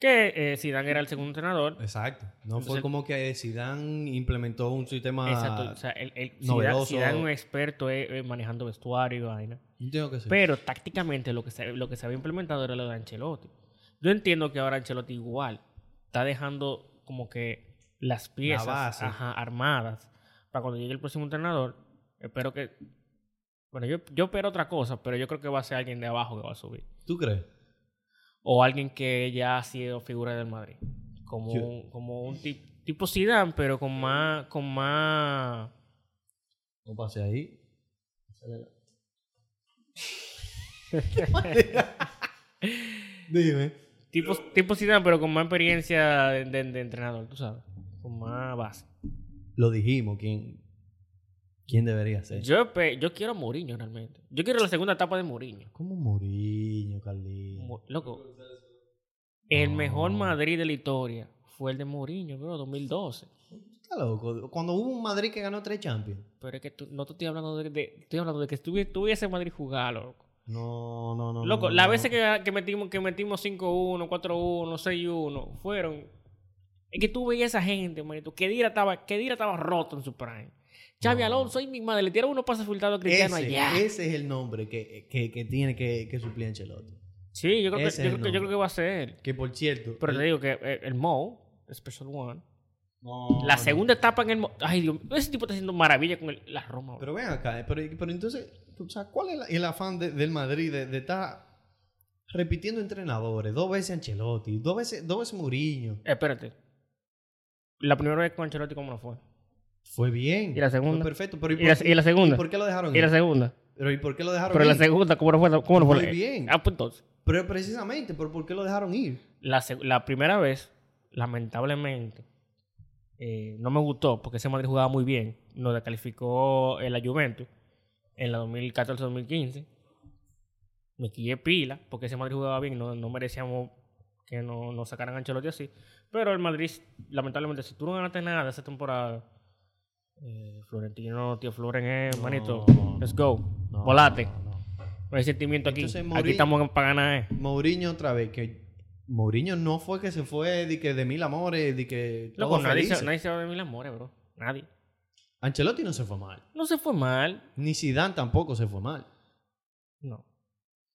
Speaker 2: Que eh, Zidane era el segundo entrenador.
Speaker 1: Exacto. No
Speaker 2: Entonces-
Speaker 1: fue como que Zidane implementó un sistema.
Speaker 2: Exacto. O sea, el, el Zidane-
Speaker 1: novedoso.
Speaker 2: Zidane un experto eh, eh, manejando vestuario y vaina.
Speaker 1: yo entiendo que sí.
Speaker 2: Pero tácticamente lo que, se, lo que se había implementado era lo de Ancelotti. Yo entiendo que ahora Ancelotti igual está dejando como que las piezas
Speaker 1: base.
Speaker 2: ajá, armadas para cuando llegue el próximo entrenador. Espero que... Bueno, yo, yo espero otra cosa, pero yo creo que va a ser alguien de abajo que va a subir.
Speaker 1: ¿Tú crees?
Speaker 2: O alguien que ya ha sido figura del Madrid. Como,
Speaker 1: Yo-
Speaker 2: un- como un tip- tipo Zidane, pero con más... Con más...
Speaker 1: No pasé ahí. Dime.
Speaker 2: Tipo, tipo Zidane, pero con más experiencia de, de- de entrenador, tú sabes. Con más base.
Speaker 1: lo dijimos quién quién debería ser.
Speaker 2: Yo, espe- yo quiero a Mourinho realmente. Yo quiero la segunda etapa de Mourinho.
Speaker 1: ¿Cómo Mourinho, Carlitos?
Speaker 2: Mo- Loco. El
Speaker 1: No.
Speaker 2: mejor Madrid de la historia fue el de Mourinho, bro, 2012.
Speaker 1: Está loco. Cuando hubo un Madrid que ganó tres Champions.
Speaker 2: Pero es que tú- no te estoy hablando de, de- estoy hablando de que estuvi- tuviese Madrid jugar, loco.
Speaker 1: No, no, no.
Speaker 2: Loco,
Speaker 1: no,
Speaker 2: las
Speaker 1: no.
Speaker 2: veces que, que metimos que metimos 5-1, 4-1, 6-1 fueron es que tú veías a esa gente, manito, que Dira estaba, que Dira estaba roto en su prime. Xavi
Speaker 1: No.
Speaker 2: Alonso y mi madre le tiraron unos pases filtrados a Cristiano
Speaker 1: ese,
Speaker 2: allá.
Speaker 1: ese es el nombre que, que, que tiene que, que suplir Ancelotti.
Speaker 2: Sí, yo creo, que,
Speaker 1: ese
Speaker 2: yo
Speaker 1: es
Speaker 2: creo que- yo
Speaker 1: el
Speaker 2: creo que va a ser.
Speaker 1: Que por cierto.
Speaker 2: Pero
Speaker 1: el-
Speaker 2: te digo que eh, el, el Mo, Special One,
Speaker 1: no,
Speaker 2: la
Speaker 1: no.
Speaker 2: segunda etapa en el Mo. Ay, Dios mío, ese tipo está haciendo maravilla con el- la Roma. bro.
Speaker 1: Pero ven acá, eh, pero, pero entonces, o sea, ¿cuál es la- el afán de- del Madrid de, de estar repitiendo entrenadores? Dos veces Ancelotti, dos veces, dos veces Mourinho.
Speaker 2: Espérate. La primera vez con Ancelotti, ¿cómo no fue?
Speaker 1: Fue bien.
Speaker 2: ¿Y la segunda?
Speaker 1: Fue perfecto. Pero ¿y
Speaker 2: ¿Y
Speaker 1: por,
Speaker 2: la,
Speaker 1: qué-
Speaker 2: y la segunda?
Speaker 1: ¿y por qué lo dejaron
Speaker 2: ¿Y la
Speaker 1: ir?
Speaker 2: segunda?
Speaker 1: Pero ¿y por qué lo dejaron
Speaker 2: Pero la
Speaker 1: ir?
Speaker 2: segunda, ¿cómo no fue? ¿Cómo no fue?
Speaker 1: Muy bien.
Speaker 2: Ah, pues entonces.
Speaker 1: Pero precisamente, ¿por, por qué lo dejaron ir?
Speaker 2: La, seg- la primera vez, lamentablemente, eh, no me gustó porque ese Madrid jugaba muy bien. Nos descalificó el la Juventus en la 2014-2015. Me quillé pila porque ese Madrid jugaba bien. No, no merecíamos que no- nos sacaran a Ancelotti así. Pero el Madrid, lamentablemente, si tú no ganaste nada esa temporada, eh, Florentino, tío Floren, eh, manito,
Speaker 1: no,
Speaker 2: let's go,
Speaker 1: No,
Speaker 2: volate. No,
Speaker 1: no, no.
Speaker 2: hay sentimiento aquí.
Speaker 1: Entonces,
Speaker 2: aquí
Speaker 1: Mourinho-
Speaker 2: estamos para ganar. eh.
Speaker 1: Mourinho otra vez, que Mourinho no fue que se fue de que de mil amores, de que
Speaker 2: Loco,
Speaker 1: todos
Speaker 2: nadie
Speaker 1: felices.
Speaker 2: se, nadie se va de mil amores, bro. Nadie.
Speaker 1: Ancelotti no se fue mal.
Speaker 2: No se fue mal.
Speaker 1: Ni Zidane tampoco se fue mal.
Speaker 2: No.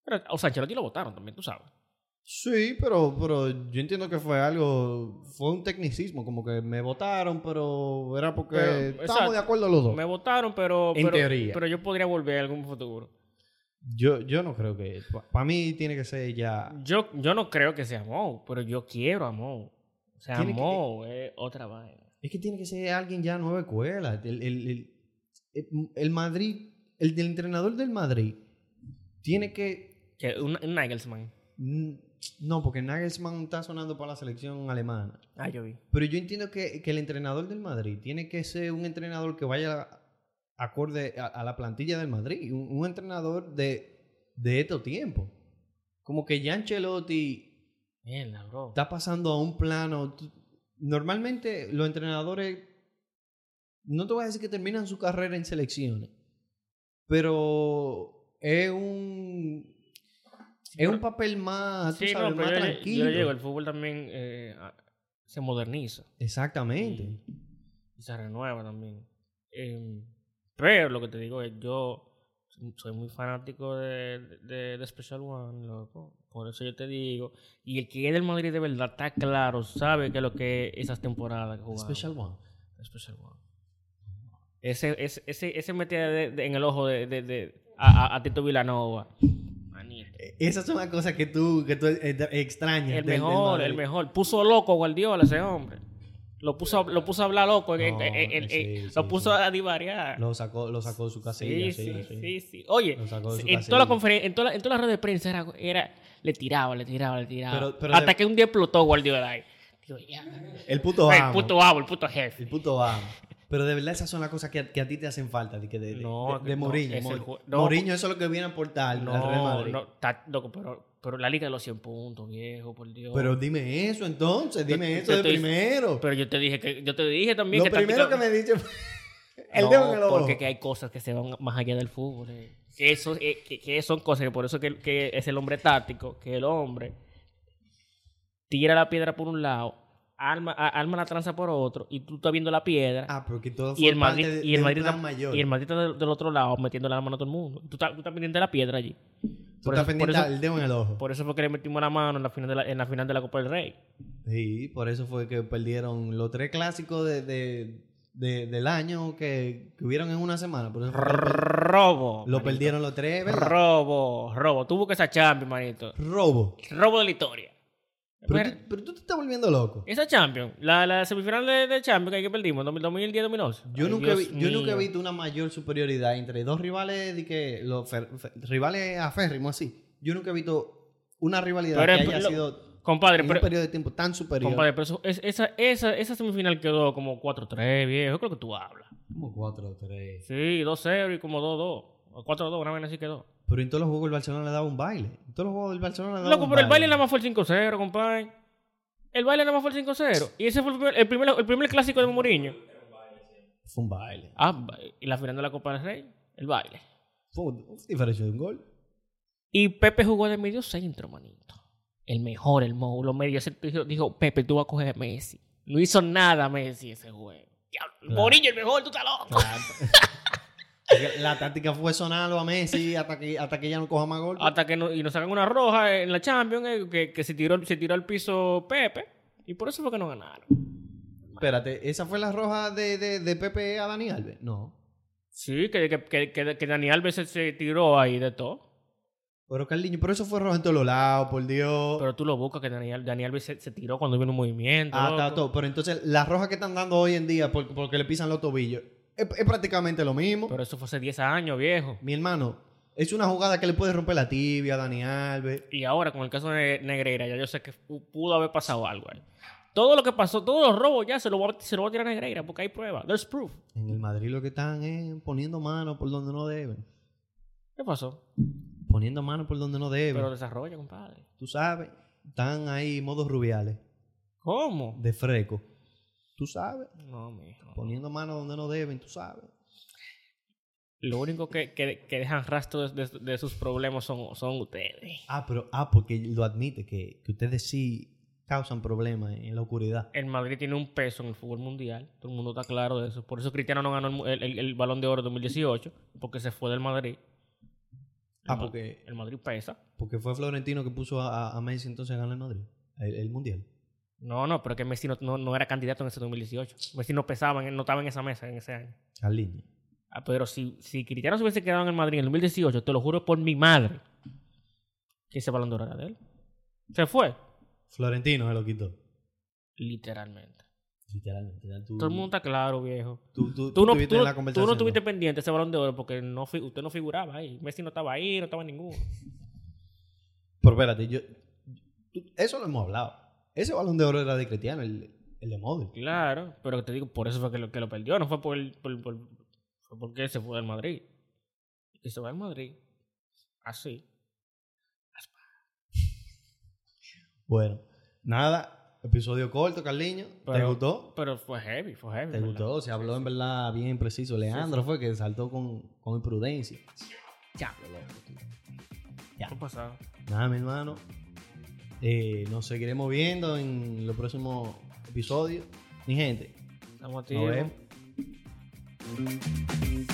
Speaker 2: Pero, o sea, Ancelotti lo votaron también, tú sabes.
Speaker 1: Sí, pero, pero yo entiendo que fue algo, fue un tecnicismo, como que me votaron, pero era porque
Speaker 2: Pero,
Speaker 1: estábamos
Speaker 2: exacto.
Speaker 1: de acuerdo los dos.
Speaker 2: Me votaron, pero.
Speaker 1: En
Speaker 2: pero-
Speaker 1: teoría.
Speaker 2: Pero yo podría volver en algún futuro.
Speaker 1: Yo, yo no creo que, para mí tiene que ser ya,
Speaker 2: Yo, yo no creo que sea Mo, pero yo quiero a Mo. O sea,
Speaker 1: Tiene que-
Speaker 2: Mo es otra vaina.
Speaker 1: es que tiene que ser alguien ya nueva escuela. El, el, el, el- el Madrid, el del entrenador del Madrid, tiene que,
Speaker 2: Que un, un Nagelsmann.
Speaker 1: mm, no, porque Nagelsmann está sonando para la selección alemana.
Speaker 2: Ah, yo vi.
Speaker 1: Pero yo entiendo que, que el entrenador del Madrid tiene que ser un entrenador que vaya acorde a, a la plantilla del Madrid, un, un entrenador de, de estos tiempos. Como que ya Ancelotti
Speaker 2: Mierda, bro.
Speaker 1: está pasando a un plano. tú- Normalmente los entrenadores, no te voy a decir que terminan su carrera en selecciones, pero es un... Es un papel más, Ah, tú
Speaker 2: Sí,
Speaker 1: sabes,
Speaker 2: no,
Speaker 1: más
Speaker 2: pero yo, yo
Speaker 1: tranquilo.
Speaker 2: digo, el fútbol también eh, a- se moderniza
Speaker 1: Exactamente.
Speaker 2: y se renueva también. Eh, pero lo que te digo es, yo soy muy fanático de, de, de Special One, loco. Por eso yo te digo. Y el que es del Madrid de verdad está claro, sabe que lo que es esas temporadas que jugamos.
Speaker 1: Special One.
Speaker 2: Special One. Ese, ese, ese, ese metida de- de- en el ojo de, de- de- a, a- a Tito Vilanova. Manito.
Speaker 1: Esas son las cosas que tú, que tú eh, extrañas.
Speaker 2: El
Speaker 1: del- del
Speaker 2: mejor,
Speaker 1: Madrid.
Speaker 2: el mejor. Puso loco a Guardiola ese hombre. Lo puso, a- lo puso a hablar loco. eh,
Speaker 1: No,
Speaker 2: eh, eh, eh,
Speaker 1: sí,
Speaker 2: eh,
Speaker 1: sí,
Speaker 2: lo puso
Speaker 1: sí.
Speaker 2: a divariar.
Speaker 1: Lo sacó, lo sacó de su
Speaker 2: Sí,
Speaker 1: casilla.
Speaker 2: sí, sí,
Speaker 1: sí.
Speaker 2: sí. Oye,
Speaker 1: Lo sacó de su
Speaker 2: en toda, la
Speaker 1: casilla.
Speaker 2: conferen- en, toda la, en toda la red de prensa era, era- le tiraba, le tiraba, le tiraba.
Speaker 1: Pero- pero
Speaker 2: Hasta
Speaker 1: de-
Speaker 2: que un día explotó Guardiola ahí. Digo, ya.
Speaker 1: El puto
Speaker 2: Ay,
Speaker 1: amo.
Speaker 2: el puto amo, el puto jefe.
Speaker 1: El puto amo. Pero de verdad esas son las cosas que, que a ti te hacen falta. De, que de, de,
Speaker 2: No,
Speaker 1: de- de
Speaker 2: no,
Speaker 1: Mourinho.
Speaker 2: es el
Speaker 1: Mourinho.
Speaker 2: ju- no.
Speaker 1: Mourinho, eso es lo que viene a aportar al Real
Speaker 2: No,
Speaker 1: Madrid.
Speaker 2: no, ta- loco, pero, pero la liga de los 100 puntos, viejo, por Dios.
Speaker 1: Pero dime eso entonces. Dime
Speaker 2: Yo- yo
Speaker 1: eso de
Speaker 2: estoy-
Speaker 1: primero.
Speaker 2: Pero yo te dije que yo te dije también
Speaker 1: Lo
Speaker 2: que
Speaker 1: primero que
Speaker 2: tantito-
Speaker 1: me dice El
Speaker 2: No,
Speaker 1: dedo en el ojo.
Speaker 2: porque que hay cosas que se van más allá del fútbol. eh. Que, eso, eh, que, que son cosas que por eso que, que es el hombre táctico, que el hombre tira la piedra por un lado, arma, a- arma la tranza por otro, y tú estás viendo la piedra.
Speaker 1: Ah, porque todo fue
Speaker 2: y el
Speaker 1: parte
Speaker 2: Madrid,
Speaker 1: de-
Speaker 2: y el
Speaker 1: de un
Speaker 2: Madrid
Speaker 1: plan
Speaker 2: está-
Speaker 1: mayor.
Speaker 2: y el Madrid está del, del otro lado metiendo la mano a todo el mundo. Tú estás, tú estás pendiente de la piedra allí.
Speaker 1: Tú
Speaker 2: Por
Speaker 1: estás
Speaker 2: eso- por
Speaker 1: pendiente
Speaker 2: eso-
Speaker 1: al dedo en el ojo.
Speaker 2: Por eso fue que le metimos la mano en la final de la, en la, final de la Copa del Rey.
Speaker 1: Sí, por eso fue que perdieron los tres clásicos de, de- de- del año que, que hubieron en una semana. Por eso fue que lo per-
Speaker 2: Robo.
Speaker 1: lo
Speaker 2: manito.
Speaker 1: perdieron los tres, ¿verdad?
Speaker 2: Robo, robo. Tú buscas esa Champions, manito.
Speaker 1: Robo.
Speaker 2: Robo de la historia.
Speaker 1: Pero
Speaker 2: Mira,
Speaker 1: tú, pero tú te estás volviendo loco.
Speaker 2: esa Champions, la, la semifinal de, de Champions que perdimos, 2010-2011.
Speaker 1: Yo,
Speaker 2: Ay,
Speaker 1: nunca,
Speaker 2: Dios
Speaker 1: vi- yo nunca he
Speaker 2: mío.
Speaker 1: visto una mayor superioridad entre dos rivales de que los fer- fer- rivales aférrimos así. Yo nunca he visto una rivalidad
Speaker 2: Pero,
Speaker 1: que haya
Speaker 2: lo-
Speaker 1: sido
Speaker 2: Compadre,
Speaker 1: en un
Speaker 2: pero,
Speaker 1: periodo de tiempo tan superior.
Speaker 2: compadre, pero eso- es- esa, esa, esa semifinal quedó como 4-3, viejo. Creo que tú hablas.
Speaker 1: Como 4 o 3.
Speaker 2: Sí, 2-0 y como 2-2. O 4-2, una vez así quedó.
Speaker 1: Pero en todos los juegos el Barcelona le daba un baile. En todos los juegos el Barcelona le daba
Speaker 2: Loco,
Speaker 1: un
Speaker 2: pero el baile nada más fue el 5-0, compadre. El baile nada más fue el 5-0. Y ese fue el primer, el primer, el primer clásico de Mourinho.
Speaker 1: Fue un baile.
Speaker 2: Ah, ba- y la final de la Copa del Rey, el baile.
Speaker 1: Fue un, un diferencia de un gol.
Speaker 2: Y Pepe jugó de medio centro, manito. El mejor, el módulo medio centro. Dijo, dijo, Pepe, tú vas a coger a Messi. No hizo nada Messi ese juego. Diablo, Mourinho, el mejor, tú estás loco.
Speaker 1: Porque La táctica fue sonarlo a Messi hasta que, hasta que ya no coja más gol.
Speaker 2: Hasta que no- y nos sacan una roja en la Champions, eh, que, que se, tiró, se tiró al piso Pepe. Y por eso fue que no ganaron.
Speaker 1: Espérate, ¿esa fue la roja de, de, de Pepe a Dani Alves? No.
Speaker 2: Sí, que, que, que, que, que Dani Alves se, se tiró ahí de todo.
Speaker 1: Pero Carliño, pero eso fue roja en todos los lados, por Dios.
Speaker 2: Pero tú lo buscas, que Dani, Al- Dani Alves se, se tiró cuando vino un movimiento.
Speaker 1: ah, está
Speaker 2: loco.
Speaker 1: todo. Pero entonces, la roja que están dando hoy en día por- porque le pisan los tobillos es, es prácticamente lo mismo.
Speaker 2: Pero eso fue hace 10 años, viejo.
Speaker 1: Mi hermano, es una jugada que le puede romper la tibia a Dani Alves.
Speaker 2: Y ahora, con el caso de Negreira, ya yo sé que fu- pudo haber pasado algo ahí. Todo lo que pasó, todos los robos ya se lo va a, se lo va a tirar a Negreira porque hay pruebas. There's proof.
Speaker 1: En el Madrid lo que están es poniendo mano por donde no deben.
Speaker 2: ¿Qué pasó?
Speaker 1: Poniendo mano por donde no deben.
Speaker 2: Pero desarrolla, compadre.
Speaker 1: Tú sabes, están ahí modos rubiales.
Speaker 2: ¿Cómo?
Speaker 1: de freco. Tú sabes,
Speaker 2: No, mijo.
Speaker 1: poniendo mano donde no deben, tú sabes.
Speaker 2: Lo único que, que- que dejan rastro de, de- de sus problemas son, son ustedes.
Speaker 1: Ah, pero, ah, porque lo admite, que, que ustedes sí causan problemas en la oscuridad.
Speaker 2: El Madrid tiene un peso en el fútbol mundial. Todo el mundo está claro de eso. Por eso Cristiano no ganó el, mu- el- el- el balón de oro 2018, porque se fue del Madrid. El
Speaker 1: Ah,
Speaker 2: Ma-
Speaker 1: porque,
Speaker 2: El Madrid pesa.
Speaker 1: porque fue Florentino que puso a, a- a Messi entonces a ganar el Madrid, el, el Mundial.
Speaker 2: No, no, pero que Messi no, no- no era candidato en ese 2018. Messi no pesaba, en- no estaba en esa mesa en ese año.
Speaker 1: Carliño.
Speaker 2: Ah, pero si, si Cristiano se hubiese quedado en el Madrid en el 2018, te lo juro por mi madre, que ese balón de oro era de él. Se fue,
Speaker 1: Florentino se lo quitó.
Speaker 2: literalmente.
Speaker 1: Literalmente. ya Tú,
Speaker 2: Todo el mundo está claro, viejo.
Speaker 1: tú, tú- tú
Speaker 2: Tú no,
Speaker 1: estuviste
Speaker 2: tú
Speaker 1: en
Speaker 2: no-
Speaker 1: la
Speaker 2: tú
Speaker 1: conversación.
Speaker 2: no tuviste pendiente ese balón de oro porque no, fi- usted no figuraba ahí. Messi no estaba ahí, no estaba ninguno.
Speaker 1: Pero espérate, yo, tú- eso lo hemos hablado. Ese balón de oro era de Cristiano, el, el de Modric.
Speaker 2: Claro, pero te digo, por eso fue que lo, que lo perdió, no fue por, el- por- por- fue porque se fue al Madrid. Y se va al Madrid. Así.
Speaker 1: Bueno, nada, episodio corto, Carliño. ¿Te
Speaker 2: Pero-
Speaker 1: gustó?
Speaker 2: Pero fue heavy, fue heavy.
Speaker 1: ¿Te
Speaker 2: ¿verdad?
Speaker 1: gustó? Se habló en verdad bien preciso. Leandro fue que saltó con, con imprudencia.
Speaker 2: Ya.
Speaker 1: Ya.
Speaker 2: ¿Qué ha pasado?
Speaker 1: Nada, mi hermano. Eh, nos seguiremos viendo en los próximos episodios. Mi gente,
Speaker 2: Estamos
Speaker 1: nos
Speaker 2: activos.
Speaker 1: vemos.